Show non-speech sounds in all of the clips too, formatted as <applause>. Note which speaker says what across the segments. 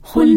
Speaker 1: 婚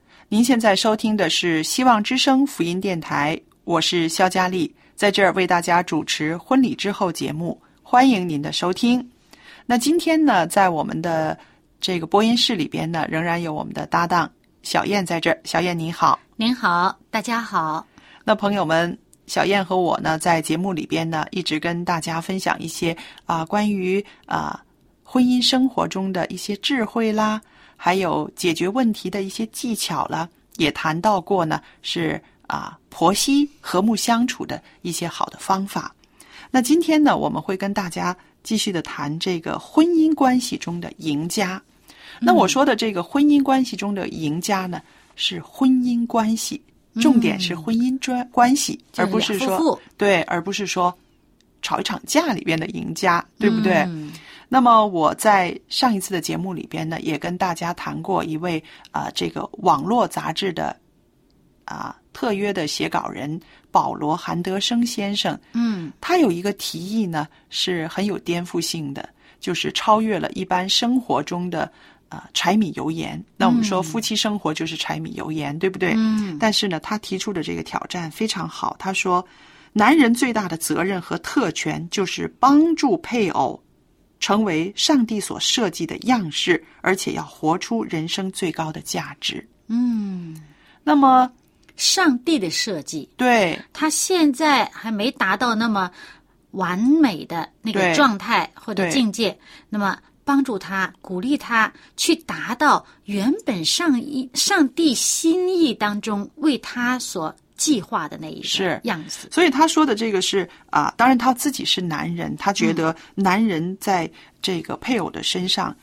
Speaker 2: 您现在收听的是希望之声福音电台，我是肖佳丽，在这儿为大家主持婚礼之后节目，欢迎您的收听。那今天呢，在我们的这个播音室里边呢，仍然有我们的搭档小燕在这儿。小燕你好，
Speaker 1: 您好，大家好。
Speaker 2: 那朋友们，小燕和我呢，在节目里边呢，一直跟大家分享一些啊、关于啊、婚姻生活中的一些智慧啦，还有解决问题的一些技巧啦，也谈到过呢是啊、婆媳和睦相处的一些好的方法。那今天呢，我们会跟大家继续的谈这个婚姻关系中的赢家。那我说的这个婚姻关系中的赢家呢，是婚姻关系，重点是婚姻专关系，
Speaker 1: 就
Speaker 2: 而不是
Speaker 1: 俩夫
Speaker 2: 说
Speaker 1: 妇
Speaker 2: 对，而不是说吵一场架里边的赢家，对不对？
Speaker 1: 嗯
Speaker 2: 那么我在上一次的节目里边呢，也跟大家谈过一位啊、呃这个网络杂志的啊、特约的写稿人保罗·韩德生先生，
Speaker 1: 嗯
Speaker 2: 他有一个提议呢，是很有颠覆性的，就是超越了一般生活中的呃柴米油盐。那我们说夫妻生活就是柴米油盐，对不对？
Speaker 1: 嗯
Speaker 2: 但是呢，他提出的这个挑战非常好。他说，男人最大的责任和特权就是帮助配偶成为上帝所设计的样式，而且要活出人生最高的价值。
Speaker 1: 嗯，
Speaker 2: 那么，
Speaker 1: 上帝的设计，
Speaker 2: 对
Speaker 1: 他现在还没达到那么完美的那个
Speaker 2: 对
Speaker 1: 状态或者
Speaker 2: 对
Speaker 1: 境界，那么帮助他、鼓励他去达到原本上一上帝心意当中为他所计划的那一个
Speaker 2: 是
Speaker 1: 样子。
Speaker 2: 所以他说的这个是啊，当然他自己是男人，他觉得男人在这个配偶的身上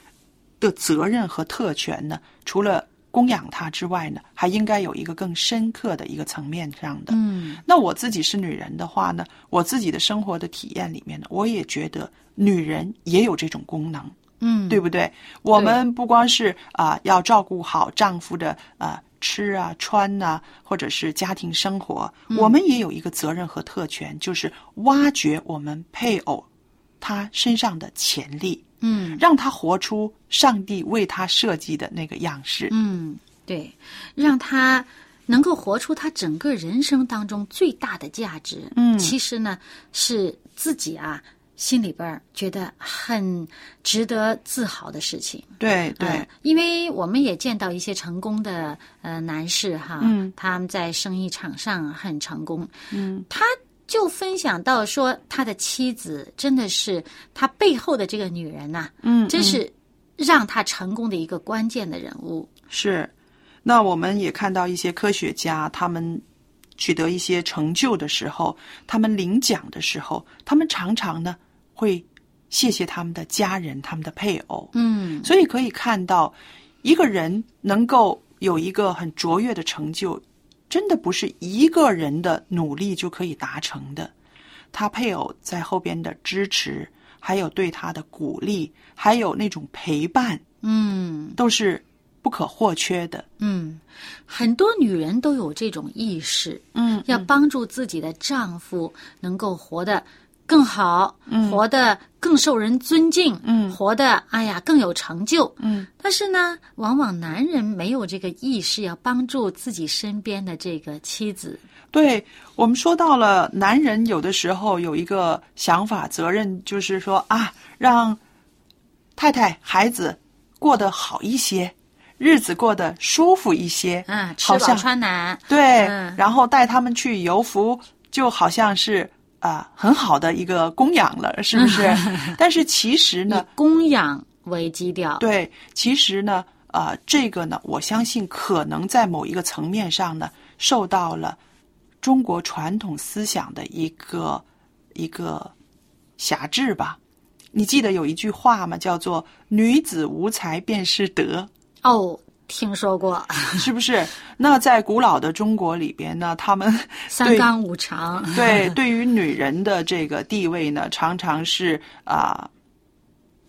Speaker 2: 的责任和特权呢，除了供养他之外呢，还应该有一个更深刻的一个层面上的。
Speaker 1: 嗯，
Speaker 2: 那我自己是女人的话呢，我自己的生活的体验里面呢，我也觉得女人也有这种功能。
Speaker 1: 嗯，
Speaker 2: 对不对？我们不光是啊、要照顾好丈夫的啊、吃啊穿呐、或者是家庭生活，我们也有一个责任和特权，就是挖掘我们配偶他身上的潜力，
Speaker 1: 嗯
Speaker 2: 让他活出上帝为他设计的那个样式。
Speaker 1: 嗯，对，让他能够活出他整个人生当中最大的价值。
Speaker 2: 嗯
Speaker 1: 其实呢是自己啊心里边儿觉得很值得自豪的事情。
Speaker 2: 对对、
Speaker 1: 嗯，因为我们也见到一些成功的呃男士哈，
Speaker 2: 嗯
Speaker 1: 他们在生意场上很成功，
Speaker 2: 嗯，
Speaker 1: 他就分享到说他的妻子真的是他背后的这个女人呐、
Speaker 2: 嗯
Speaker 1: 真是让他成功的一个关键的人物，
Speaker 2: 是。那我们也看到一些科学家，他们取得一些成就的时候，他们领奖的时候，他们常常呢会谢谢他们的家人、他们的配偶。
Speaker 1: 嗯
Speaker 2: 所以可以看到，一个人能够有一个很卓越的成就，真的不是一个人的努力就可以达成的。他配偶在后边的支持，还有对他的鼓励，还有那种陪伴，
Speaker 1: 嗯
Speaker 2: 都是不可或缺的。
Speaker 1: 嗯，很多女人都有这种意识，
Speaker 2: 嗯
Speaker 1: 要帮助自己的丈夫能够活得更好，活得更受人尊敬，
Speaker 2: 嗯
Speaker 1: 活得哎呀更有成就。
Speaker 2: 嗯，
Speaker 1: 但是呢，往往男人没有这个意识，要帮助自己身边的这个妻子。
Speaker 2: 对我们说到了，男人有的时候有一个想法、责任，就是说啊，让太太、孩子过得好一些，日子过得舒服一些，
Speaker 1: 嗯，吃
Speaker 2: 好
Speaker 1: 饱
Speaker 2: 像
Speaker 1: 穿暖，
Speaker 2: 对，
Speaker 1: 嗯
Speaker 2: 然后带他们去游浮，就好像是啊、很好的一个供养了，是不是？
Speaker 1: 嗯
Speaker 2: 但是其实
Speaker 1: 以
Speaker 2: 呢，
Speaker 1: 供养为基调。
Speaker 2: 对，其实呢，啊，这个呢，我相信可能在某一个层面上呢，受到了中国传统思想的一个一个辖制吧。你记得有一句话吗？叫做“女子无才便是德”。
Speaker 1: 哦，听说过啊
Speaker 2: 是不是？ <laughs> 那在古老的中国里边呢，他们
Speaker 1: 三
Speaker 2: 对
Speaker 1: 纲五常。 <laughs>
Speaker 2: 对对于女人的这个地位呢，常常是啊、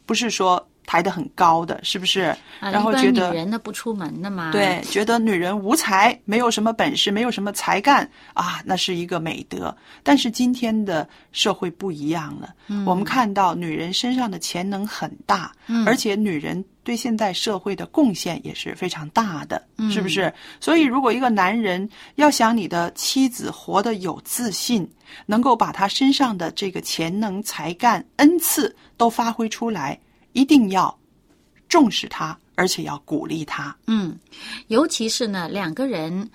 Speaker 2: 不是说抬得很高的，是不是？
Speaker 1: 啊，
Speaker 2: 然后
Speaker 1: 一般
Speaker 2: 觉得
Speaker 1: 女人的不出门的嘛。
Speaker 2: 对，觉得女人无才，没有什么本事，没有什么才干啊，那是一个美德。但是今天的社会不一样了，我们看到女人身上的潜能很大，而且女人对现代社会的贡献也是非常大的，是不是？所以，如果一个男人要想你的妻子活得有自信，能够把她身上的这个潜能、才干、恩赐都发挥出来，一定要重视她，而且要鼓励她。
Speaker 1: 嗯，尤其是呢，两个人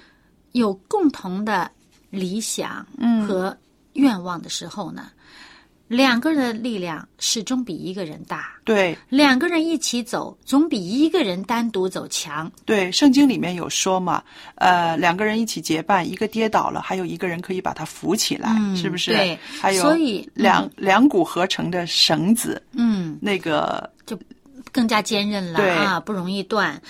Speaker 1: 有共同的理想和愿望的时候呢，两个人的力量始终比一个人大。
Speaker 2: 对
Speaker 1: 两个人一起走，总比一个人单独走强。
Speaker 2: 对，圣经里面有说嘛，呃，两个人一起结伴，一个跌倒了，还有一个人可以把他扶起来，是不是？
Speaker 1: 嗯对
Speaker 2: 还有，
Speaker 1: 所以
Speaker 2: 两、两股合成的绳子，
Speaker 1: 嗯，
Speaker 2: 那个
Speaker 1: 更加坚韧了
Speaker 2: 对
Speaker 1: 啊，不容易断。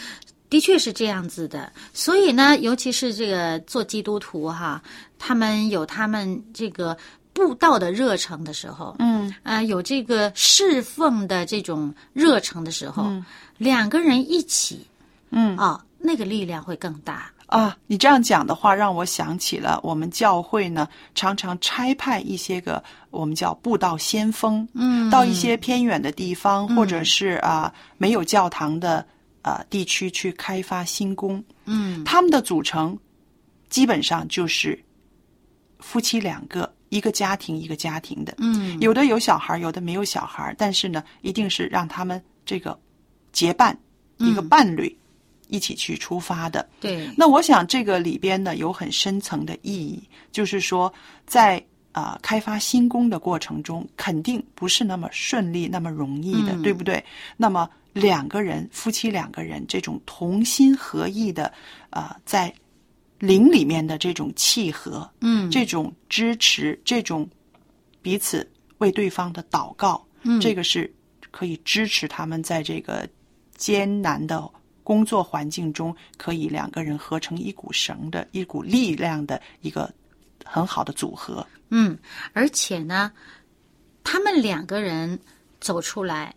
Speaker 1: 的确是这样子的，所以呢，尤其是这个做基督徒哈，他们有他们这个布道的热诚的时候，
Speaker 2: 嗯，
Speaker 1: 啊，有这个侍奉的这种热诚的时候，两个人一起，
Speaker 2: 嗯
Speaker 1: 啊、那个力量会更大。
Speaker 2: 啊，你这样讲的话，让我想起了我们教会呢，常常差派一些个我们叫布道先锋，嗯，到一些偏远的地方，
Speaker 1: 嗯
Speaker 2: 或者是啊没有教堂的啊地区去开发新宫，
Speaker 1: 嗯，
Speaker 2: 他们的组成基本上就是夫妻两个，一个家庭一个家庭的，
Speaker 1: 嗯，
Speaker 2: 有的有小孩，有的没有小孩，但是呢，一定是让他们这个结伴
Speaker 1: 嗯
Speaker 2: 一个伴侣一起去出发的，
Speaker 1: 对，
Speaker 2: 那我想这个里边呢有很深层的意义，就是说在啊、呃开发新宫的过程中，肯定不是那么顺利、那么容易的，对不对？那么两个人夫妻两个人这种同心合意的啊、呃在灵里面的这种契合，
Speaker 1: 嗯，
Speaker 2: 这种支持，这种彼此为对方的祷告，嗯，这个是可以支持他们在这个艰难的工作环境中，可以两个人合成一股绳的一股力量的一个很好的组合。
Speaker 1: 嗯，而且呢，他们两个人走出来，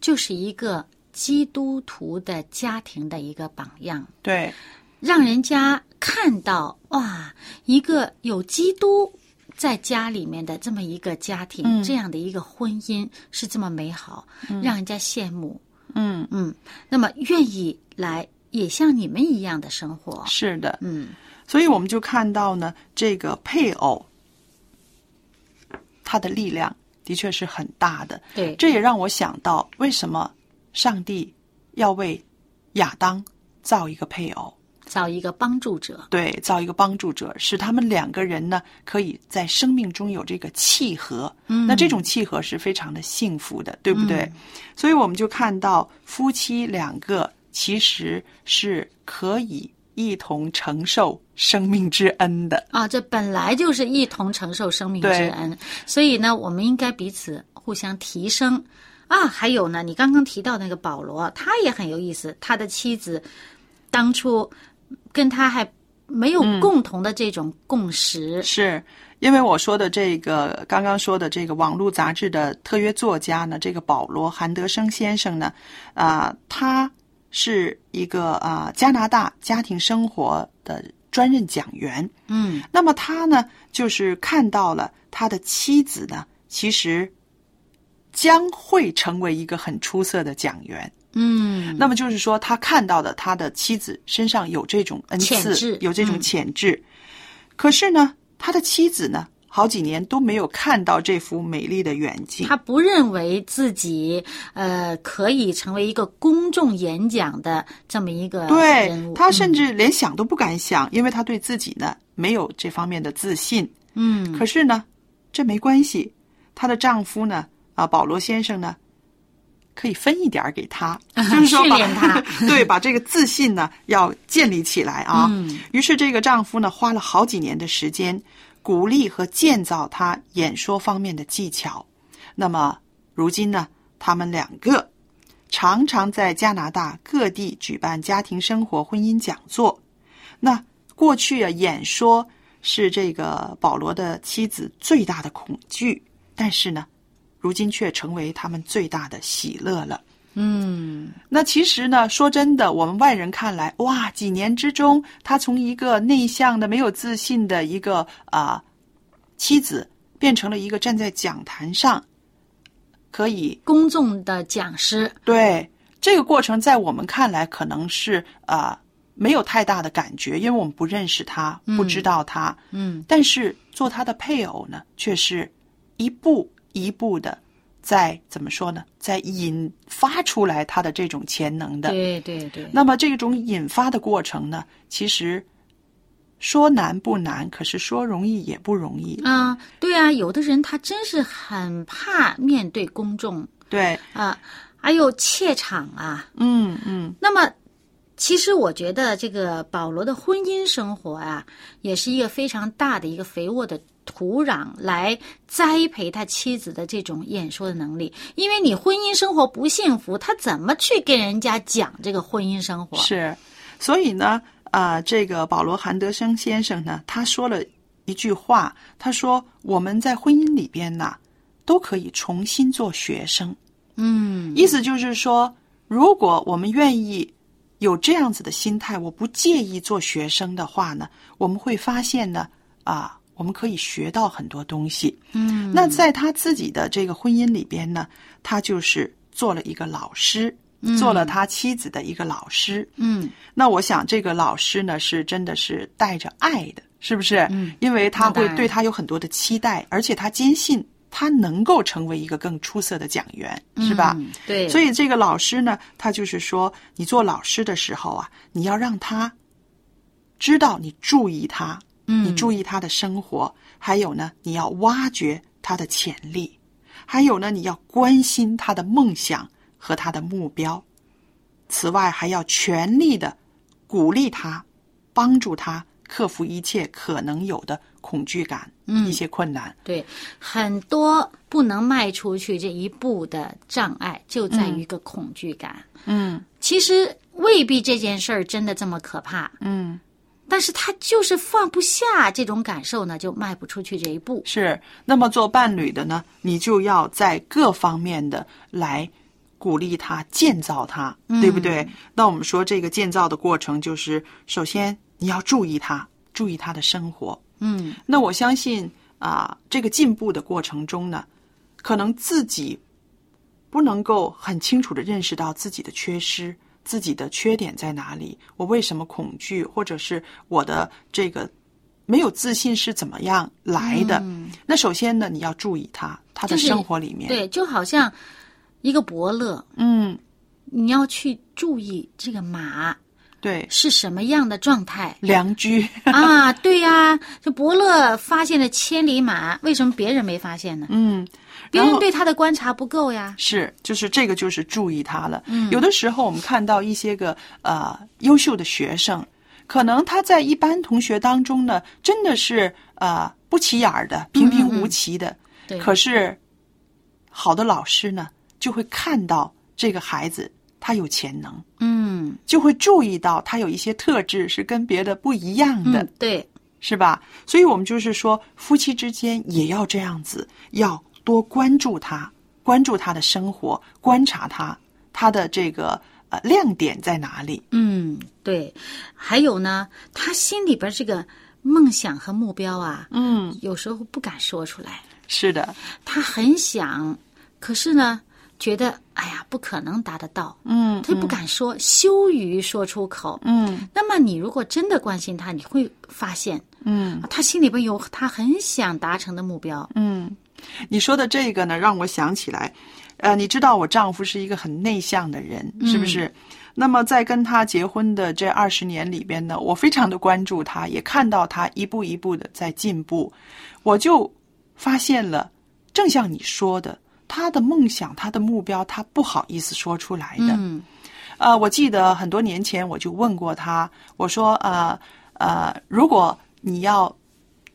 Speaker 1: 就是一个基督徒的家庭的一个榜样，
Speaker 2: 对，
Speaker 1: 让人家看到哇，一个有基督在家里面的这么一个家庭，
Speaker 2: 嗯
Speaker 1: 这样的一个婚姻是这么美好，让人家羡慕。
Speaker 2: 嗯，
Speaker 1: 嗯，那么愿意来也像你们一样的生活。
Speaker 2: 是的，
Speaker 1: 嗯
Speaker 2: 所以我们就看到呢，这个配偶他的力量的确是很大的。，
Speaker 1: 对，
Speaker 2: 这也让我想到，为什么上帝要为亚当造一个配偶？
Speaker 1: 找一个帮助者。
Speaker 2: 对，造一个帮助者，使他们两个人呢，可以在生命中有这个契合。嗯，那这种契合是非常的幸福的，对不对？所以我们就看到夫妻两个其实是可以一同承受生命之恩的。
Speaker 1: 啊，这本来就是一同承受生命之
Speaker 2: 对
Speaker 1: 恩，所以呢，我们应该彼此互相提升。啊，还有呢，你刚刚提到那个保罗，他也很有意思，他的妻子当初跟他还没有
Speaker 2: 嗯
Speaker 1: 共同的这种共识，
Speaker 2: 是因为我说的这个刚刚说的这个网络杂志的特约作家呢，这个保罗·韩德生先生呢，啊、他是一个啊、加拿大家庭生活的专任讲员。
Speaker 1: 嗯
Speaker 2: 那么他呢，就是看到了他的妻子呢，其实将会成为一个很出色的讲员。
Speaker 1: 嗯，
Speaker 2: 那么就是说，他看到了他的妻子身上有这种恩
Speaker 1: 潜质
Speaker 2: 赐，有这种
Speaker 1: 嗯
Speaker 2: 潜质。可是呢，他的妻子呢，好几年都没有看到这幅美丽的远景。
Speaker 1: 他不认为自己呃可以成为一个公众演讲的这么一个人
Speaker 2: 对
Speaker 1: 物嗯
Speaker 2: 他甚至连想都不敢想，因为他对自己呢没有这方面的自信。
Speaker 1: 嗯
Speaker 2: 可是呢，这没关系，她的丈夫呢，啊，保罗先生呢，可以分一点儿给她，就是说把
Speaker 1: 啊训练她
Speaker 2: <laughs> 对，把这个自信呢要建立起来啊。
Speaker 1: 嗯
Speaker 2: 于是这个丈夫呢，花了好几年的时间，鼓励和建造她演说方面的技巧。那么如今呢，他们两个常常在加拿大各地举办家庭生活、婚姻讲座。那过去啊，演说是这个保罗的妻子最大的恐惧，但是呢，如今却成为他们最大的喜乐了。
Speaker 1: 嗯
Speaker 2: 那其实呢，说真的，我们外人看来，哇，几年之中，他从一个内向的、没有自信的一个啊、妻子，变成了一个站在讲坛上可以
Speaker 1: 公众的讲师，
Speaker 2: 对这个过程，在我们看来可能是啊、没有太大的感觉，因为我们不认识他，不知道他。
Speaker 1: 嗯
Speaker 2: 但是做他的配偶呢，却是一步一步的在怎么说呢，在引发出来他的这种潜能的。
Speaker 1: 对对对，
Speaker 2: 那么这种引发的过程呢，其实说难不难，可是说容易也不容易。
Speaker 1: 啊对啊，有的人他真是很怕面对公众
Speaker 2: 对，
Speaker 1: 啊，还有怯场啊，
Speaker 2: 嗯嗯，
Speaker 1: 那么，其实我觉得这个保罗的婚姻生活啊，也是一个非常大的一个肥沃的土壤，来栽培他妻子的这种演说的能力。因为你婚姻生活不幸福，他怎么去跟人家讲这个婚姻生活？
Speaker 2: 是。所以呢，啊、这个保罗·韩德生先生呢，他说了一句话，他说：“我们在婚姻里边呐，都可以重新做学生。”
Speaker 1: 嗯
Speaker 2: 意思就是说，如果我们愿意有这样子的心态，我不介意做学生的话呢，我们会发现呢，啊，我们可以学到很多东西。
Speaker 1: 嗯，
Speaker 2: 那在他自己的这个婚姻里边呢，他就是做了一个老师，做了他妻子的一个老师。
Speaker 1: 嗯，
Speaker 2: 那我想，这个老师呢，是真的是带着爱的，是不是？
Speaker 1: 嗯
Speaker 2: 因为他
Speaker 1: 那当
Speaker 2: 会
Speaker 1: 然
Speaker 2: 对他有很多的期待，而且他坚信他能够成为一个更出色的讲员，是吧？
Speaker 1: 嗯对，
Speaker 2: 所
Speaker 1: 以
Speaker 2: 以这个老师呢，他就是说，你做老师的时候啊，你要让他知道你注意他，
Speaker 1: 嗯
Speaker 2: 你注意他的生活，还有呢，你要挖掘他的潜力，还有呢，你要关心他的梦想和他的目标。此外，还要全力的鼓励他，帮助他克服一切可能有的恐惧感、一些困难。
Speaker 1: 对很多不能迈出去这一步的障碍，就在于一个恐惧感。
Speaker 2: 嗯
Speaker 1: 其实未必这件事儿真的这么可怕，
Speaker 2: 嗯。
Speaker 1: 但是他就是放不下这种感受呢，就迈不出去这一步。
Speaker 2: 是，那么做伴侣的呢，你就要在各方面的来鼓励他、建造他，对不对？那我们说这个建造的过程，就是首先你要注意他，注意他的生活。
Speaker 1: 嗯
Speaker 2: 那我相信啊、这个进步的过程中呢，可能自己不能够很清楚的认识到自己的缺失、自己的缺点在哪里，我为什么恐惧，或者是我的这个没有自信是怎么样来的。那首先呢，你要注意他他的
Speaker 1: 嗯就是
Speaker 2: 生活里面，
Speaker 1: 对，就好像一个伯乐，
Speaker 2: 嗯，
Speaker 1: 你要去注意这个马
Speaker 2: 对，
Speaker 1: 是什么样的状
Speaker 2: <laughs>
Speaker 1: 态
Speaker 2: 良居，
Speaker 1: 啊？对呀、这伯乐发现了千里马，为什么别人没发现呢？
Speaker 2: 嗯，
Speaker 1: 别
Speaker 2: 然
Speaker 1: 人
Speaker 2: 后
Speaker 1: 对他的观察不够呀。
Speaker 2: 是，就是这个，就是注意他了。有的时候我们看到一些个呃优秀的学生，可能他在一般同学当中呢，真的是呃不起眼儿的、平平无奇的。
Speaker 1: 对，
Speaker 2: 可是，好的老师呢，就会看到这个孩子他有潜能，
Speaker 1: 嗯
Speaker 2: 就会注意到他有一些特质是跟别的不一样的。
Speaker 1: 嗯，对，
Speaker 2: 是吧？所以我们就是说，夫妻之间也要这样子，要多关注他，关注他的生活，观察他他的这个呃亮点在哪里？
Speaker 1: 嗯，对。还有呢，他心里边这个梦想和目标啊，
Speaker 2: 嗯，
Speaker 1: 有时候不敢说出来。
Speaker 2: 是的，
Speaker 1: 他很想，可是呢，觉得哎呀，不可能达得到，
Speaker 2: 嗯
Speaker 1: 他就不敢说，羞于说出口。
Speaker 2: 嗯
Speaker 1: 那么，你如果真的关心他，你会发现，啊
Speaker 2: 嗯
Speaker 1: 他心里边有他很想达成的目标。
Speaker 2: 嗯，你说的这个呢，让我想起来，呃，你知道我丈夫是一个很内向的人，是不是？那么在跟他结婚的这二十年里边呢，我非常的关注他，也看到他一步一步的在进步，我就发现了，正像你说的，他的梦想、他的目标，他不好意思说出来的。
Speaker 1: 嗯
Speaker 2: 呃，我记得很多年前我就问过他，我说呃呃，如果你要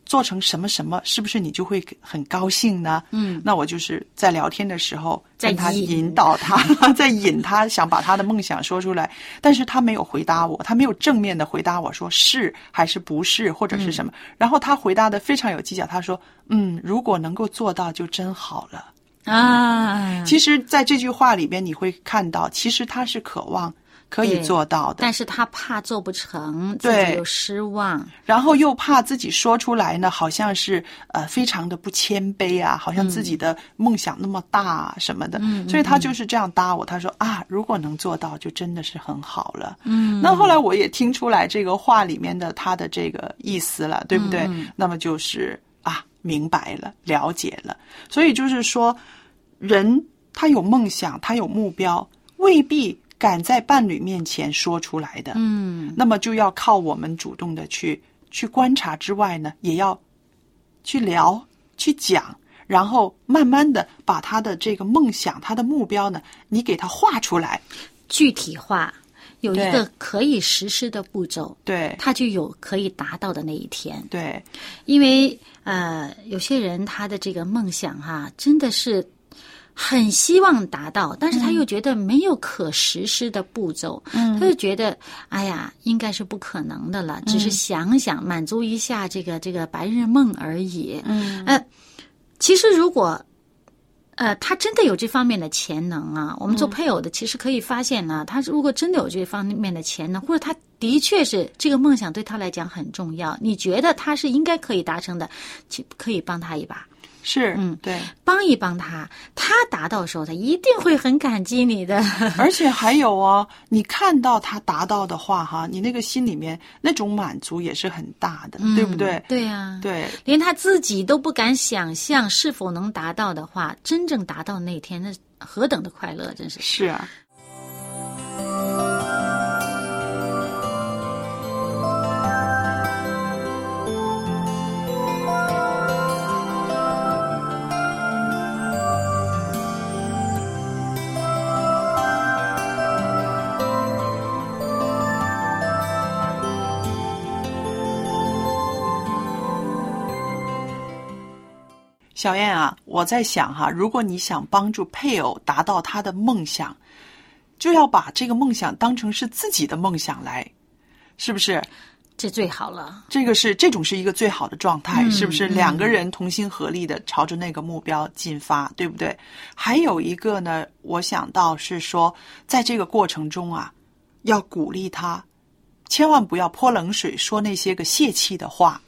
Speaker 2: 做成什么什么，是不是你就会很高兴呢？
Speaker 1: 嗯，
Speaker 2: 那我就是在聊天的时候
Speaker 1: 在
Speaker 2: 跟他
Speaker 1: 引 <laughs>
Speaker 2: 引导他，在引他想把他的梦想说出来，但是他没有回答我，他没有正面的回答我说是还是不是或者
Speaker 1: 嗯
Speaker 2: 是什么，然后他回答的非常有技巧，他说嗯，如果能够做到就真好了。
Speaker 1: 啊，
Speaker 2: 其实，在这句话里边，你会看到，其实他是渴望可以
Speaker 1: 对
Speaker 2: 做到的，
Speaker 1: 但是他怕做不成，自
Speaker 2: 对
Speaker 1: 己又失望。
Speaker 2: 然后又怕自己说出来呢，好像是呃非常的不谦卑啊，好像自己的梦想那么大、啊什么的，所以他就是这样搭我，他说啊，如果能做到，就真的是很好了。嗯，那后来我也听出来这个话里面的他的这个意思了，对不对？那么就是啊，明白了，了解了，所以就是说，人他有梦想，他有目标，未必敢在伴侣面前说出来的。
Speaker 1: 嗯
Speaker 2: 那么就要靠我们主动的去去观察之外呢，也要去聊、去讲，然后慢慢的把他的这个梦想、他的目标呢，你给他画出来。，
Speaker 1: 具体化有一
Speaker 2: 对
Speaker 1: 个可以实施的步骤，
Speaker 2: 对
Speaker 1: 他就有可以达到的那一天。
Speaker 2: 对，
Speaker 1: 因为呃，有些人他的这个梦想哈、真的是很希望达到，但是他
Speaker 2: 嗯
Speaker 1: 又觉得没有可实施的步骤，他就觉得哎呀，应该是不可能的
Speaker 2: 嗯
Speaker 1: 了，只是想想满足一下这个这个白日梦而已。
Speaker 2: 嗯
Speaker 1: 呃，其实如果呃，他真的有这方面的潜能啊！我们
Speaker 2: 嗯
Speaker 1: 做配偶的其实可以发现呢、啊他如果真的有这方面的潜能，或者他的确是这个梦想对他来讲很重要，你觉得他是应该可以达成的，去可以帮他一把，
Speaker 2: 是，
Speaker 1: 嗯
Speaker 2: 对。
Speaker 1: 帮一帮他，他达到的时候，他一定会很感激你
Speaker 2: <laughs>
Speaker 1: 的。
Speaker 2: 而且还有啊，你看到他达到的话，哈，你那个心里面那种满足也是很大的，对不对
Speaker 1: 嗯？对呀、
Speaker 2: 对，
Speaker 1: 连他自己都不敢想象是否能达到的话，真正达到那天，那何等的快乐，真是！
Speaker 2: 是啊。小燕啊，我在想哈、如果你想帮助配偶达到他的梦想，就要把这个梦想当成是自己的梦想来，是不是？
Speaker 1: 这最好了。
Speaker 2: 这个是这种是一个最好的状态，
Speaker 1: 嗯
Speaker 2: 是不是？两个人同心合力的朝着那个目标进发，对不对？还有一个呢，我想到是说，在这个过程中啊，要鼓励他，千万不要泼冷水，说那些个泄气的话。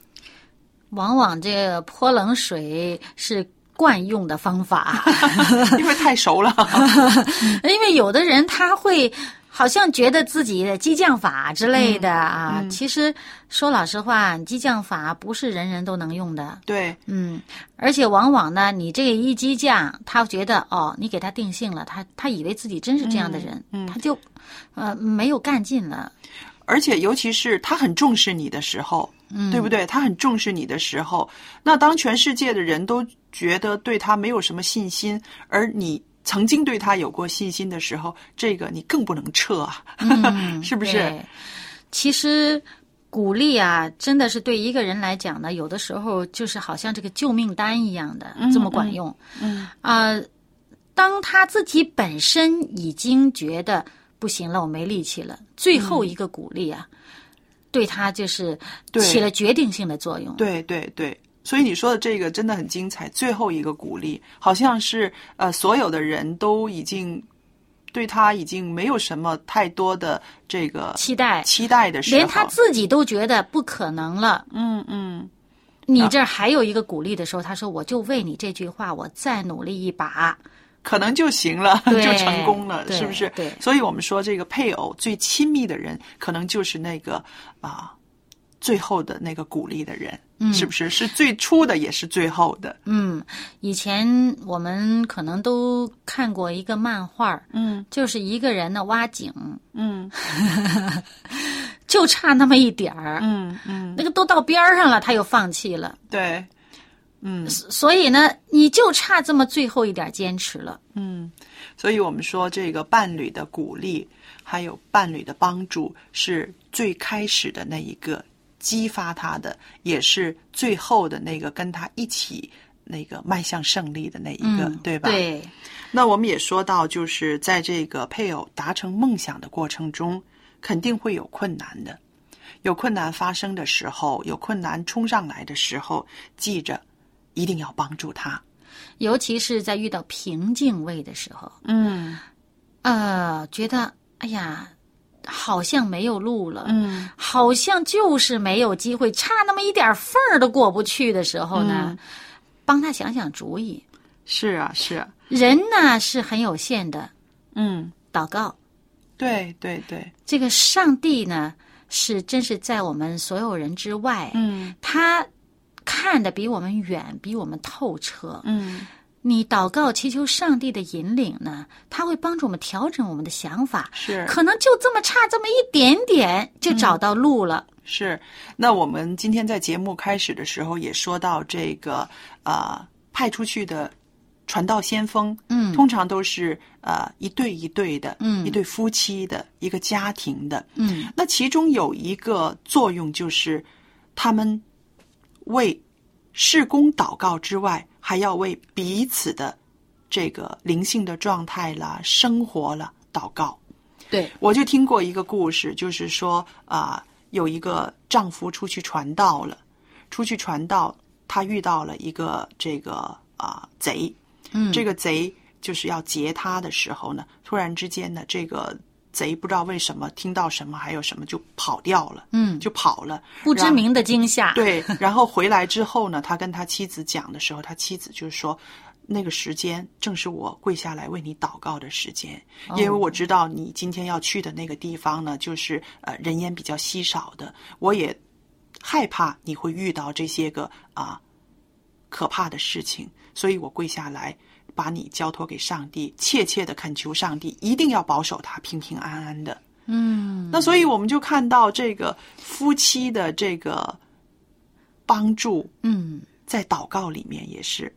Speaker 1: 往往这泼冷水是惯用的方法， <laughs>
Speaker 2: 因为太熟了，
Speaker 1: 因为有的人他会好像觉得自己的激将法之类的啊，其实说老实话，激将法不是人人都能用的。
Speaker 2: 对，
Speaker 1: 嗯，而且往往呢，你这一激将，他觉得哦，你给他定性了，他他以为自己真是这样的人，他就呃没有干劲了。
Speaker 2: 而且尤其是他很重视你的时候，嗯，对不对？他很重视你的时候，那当全世界的人都觉得对他没有什么信心，而你曾经对他有过信心的时候，这个你更不能撤啊，
Speaker 1: 嗯
Speaker 2: <laughs> 是不是？
Speaker 1: 对？其实鼓励啊，真的是对一个人来讲呢，有的时候就是好像这个救命丹一样的，这么管用。
Speaker 2: 嗯
Speaker 1: 呃，当他自己本身已经觉得不行了，我没力气了，最后一个鼓励啊，对他就是
Speaker 2: 嗯对
Speaker 1: 起了决定性的作用。
Speaker 2: 对对对，所以你说的这个真的很精彩。最后一个鼓励，好像是呃，所有的人都已经对他已经没有什么太多的这个
Speaker 1: 期待
Speaker 2: 期待的时候，
Speaker 1: 连他自己都觉得不可能了。
Speaker 2: 嗯嗯，
Speaker 1: 你这儿还有一个鼓励的时候，他说：“我就为你这句话，我再努力一把。
Speaker 2: 可能就行了， <laughs>
Speaker 1: 对
Speaker 2: 就成功了，
Speaker 1: 对
Speaker 2: 是不是？
Speaker 1: 对
Speaker 2: 所以我们说这个配偶最亲密的人，可能就是那个啊、最后的那个鼓励的人，
Speaker 1: 嗯
Speaker 2: 是不是？是最初的，也是最后的。”
Speaker 1: 嗯，以前我们可能都看过一个漫画儿，
Speaker 2: 嗯
Speaker 1: 就是一个人呢挖井， <laughs>
Speaker 2: 嗯
Speaker 1: 就差那么一点儿，
Speaker 2: 嗯嗯，
Speaker 1: 那个都到边儿上了，他又放弃了。
Speaker 2: 对，嗯
Speaker 1: 所以呢，你就差这么最后一点坚持了。
Speaker 2: 嗯。所以我们说，这个伴侣的鼓励，还有伴侣的帮助，是最开始的那一个激发他的，也是最后的那个跟他一起那个迈向胜利的那一个，
Speaker 1: 嗯，
Speaker 2: 对吧？
Speaker 1: 对，
Speaker 2: 那我们也说到，就是在这个配偶达成梦想的过程中，肯定会有困难的。有困难发生的时候，有困难冲上来的时候，记着一定要帮助他。
Speaker 1: 尤其是在遇到瓶颈位的时候，
Speaker 2: 嗯
Speaker 1: 呃，觉得哎呀，好像没有路了，
Speaker 2: 嗯
Speaker 1: 好像就是没有机会，差那么一点缝儿都过不去的时候呢，
Speaker 2: 嗯
Speaker 1: 帮他想想主意。
Speaker 2: 是啊，是啊，
Speaker 1: 人呢是很有限的，
Speaker 2: 嗯，
Speaker 1: 祷告
Speaker 2: 对对对，
Speaker 1: 这个上帝呢是真是在我们所有人之外，
Speaker 2: 嗯
Speaker 1: 他看得比我们远，比我们透彻。
Speaker 2: 嗯
Speaker 1: 你祷告祈求上帝的引领呢，他会帮助我们调整我们的想法，
Speaker 2: 是嗯
Speaker 1: 可能就这么差这么一点点就找到路了。
Speaker 2: 是。那我们今天在节目开始的时候也说到这个呃派出去的传道先锋，
Speaker 1: 嗯
Speaker 2: 通常都是呃一对一对的，
Speaker 1: 嗯
Speaker 2: 一对夫妻的一个家庭的。
Speaker 1: 嗯
Speaker 2: 那其中有一个作用就是，他们为事工祷告之外，还要为彼此的这个灵性的状态啦、生活啦祷告。
Speaker 1: 对，
Speaker 2: 我就听过一个故事，就是说啊、有一个丈夫出去传道了，出去传道，他遇到了一个这个啊、贼，
Speaker 1: 嗯，
Speaker 2: 这个贼就是要劫他的时候呢，突然之间呢，这个贼不知道为什么听到什么还有什么就跑掉了，
Speaker 1: 嗯
Speaker 2: 就跑了，
Speaker 1: 不知
Speaker 2: 然后
Speaker 1: 名的惊吓，
Speaker 2: 对，然后回来之后呢，他跟他妻子讲的时候，他妻子就说。那个时间正是我跪下来为你祷告的时间，
Speaker 1: 哦
Speaker 2: 因为我知道你今天要去的那个地方呢，就是呃人烟比较稀少的，我也害怕你会遇到这些个啊、可怕的事情，所以我跪下来把你交托给上帝，切切的恳求上帝一定要保守他平平安安的。
Speaker 1: 嗯，
Speaker 2: 那所以我们就看到这个夫妻的这个帮助，
Speaker 1: 嗯。
Speaker 2: 在祷告里面也是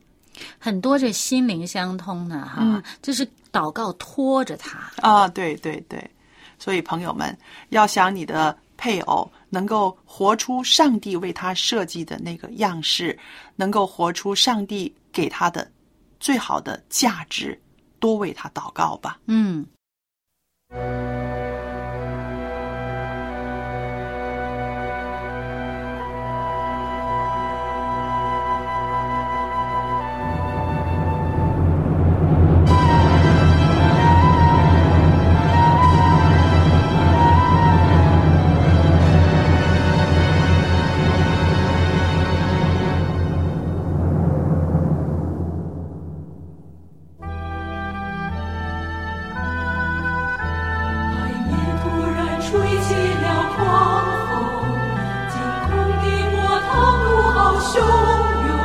Speaker 1: 很多这心灵相通呢，哈，
Speaker 2: 嗯
Speaker 1: 就是祷告拖着他，
Speaker 2: <laughs> 啊，对对对，所以朋友们要想你的配偶能够活出上帝为他设计的那个样式，能够活出上帝给他的最好的价值，多为他祷告吧。
Speaker 1: 嗯。
Speaker 3: 海面突然吹起了狂风，惊恐的波涛怒吼汹涌，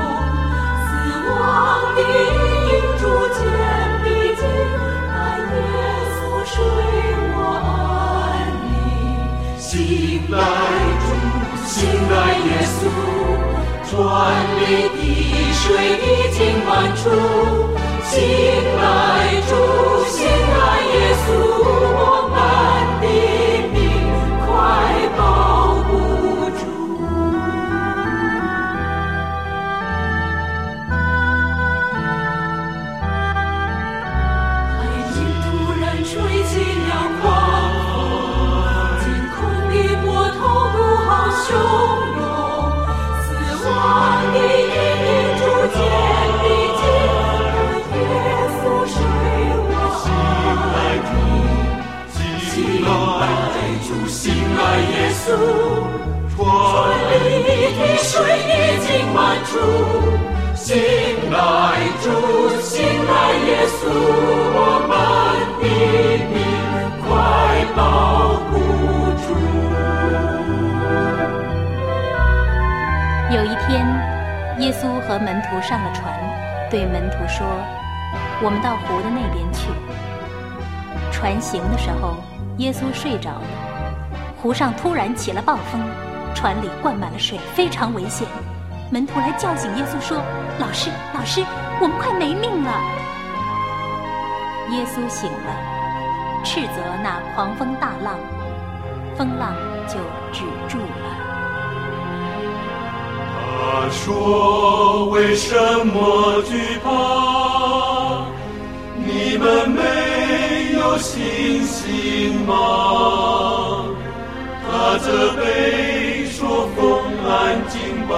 Speaker 3: 死亡的影逐渐逼近，但耶稣睡我安宁。醒来，主，醒来，耶稣，壮丽的水已经漫出。醒来，主，醒来，耶稣，我们的命快保不住。海鹰突然吹起了狂风，天空的波涛怒吼汹涌，死亡的阴影逐渐逼近，但耶稣睡我安。稣，川里的水已经满出，醒来主，醒来耶稣，我们的命快保不住。
Speaker 4: 有一天，耶稣和门徒上了船，对门徒说：“我们到湖的那边去。”船行的时候，耶稣睡着了。湖上突然起了暴风，船里灌满了水，非常危险。门徒来叫醒耶稣说：“老师，老师，我们快没命了！”耶稣醒了，斥责那狂风大浪，风浪就止住了。
Speaker 3: 他说：“为什么惧怕？你们没有信心吗？”他责备说：“风安静吧。”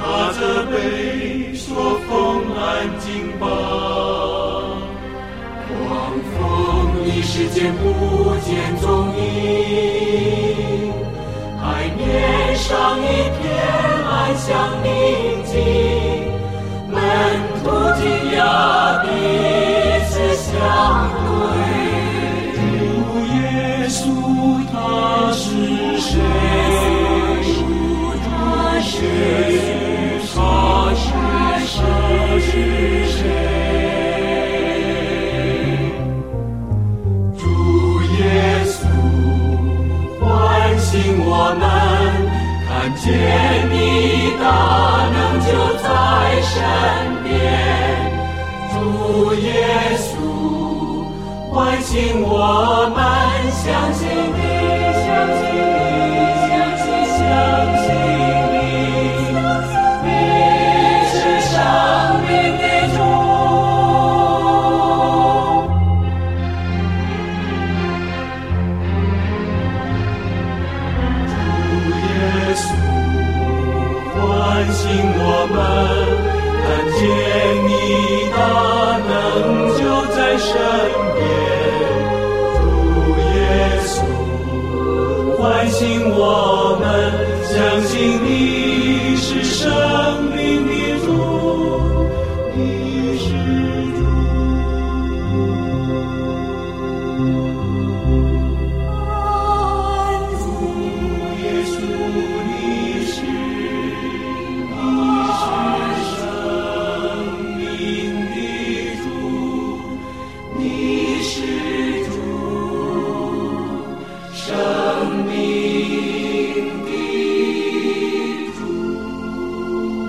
Speaker 3: 他责备说：“风安静吧。”狂风一时间不见踪影。海面上一片安详宁静，门徒惊讶彼此相对。主耶稣他是谁？他是谁？他是谁？主耶稣。唤醒我们，看见你大能就在身边。主耶稣，唤醒我们，相信你，相信你，相信相信你，你是生命的主。主耶稣，唤醒我们，看见你大能就在身边。主耶稣，唤醒我们，相信你是生命的主，你是主。安主耶稣，你是，你是生命的主，你是主，生命的主。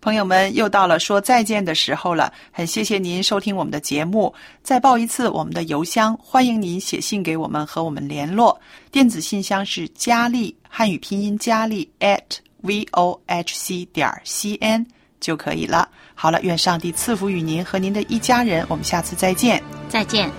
Speaker 2: 朋友们，又到了说再见的时候了，很谢谢您收听我们的节目。再报一次我们的邮箱，欢迎您写信给我们和我们联络。电子信箱是佳丽汉语拼音佳丽 at v o h c 点 c n 就可以了。好了，愿上帝赐福与您和您的一家人，我们下次再见。
Speaker 1: 再见。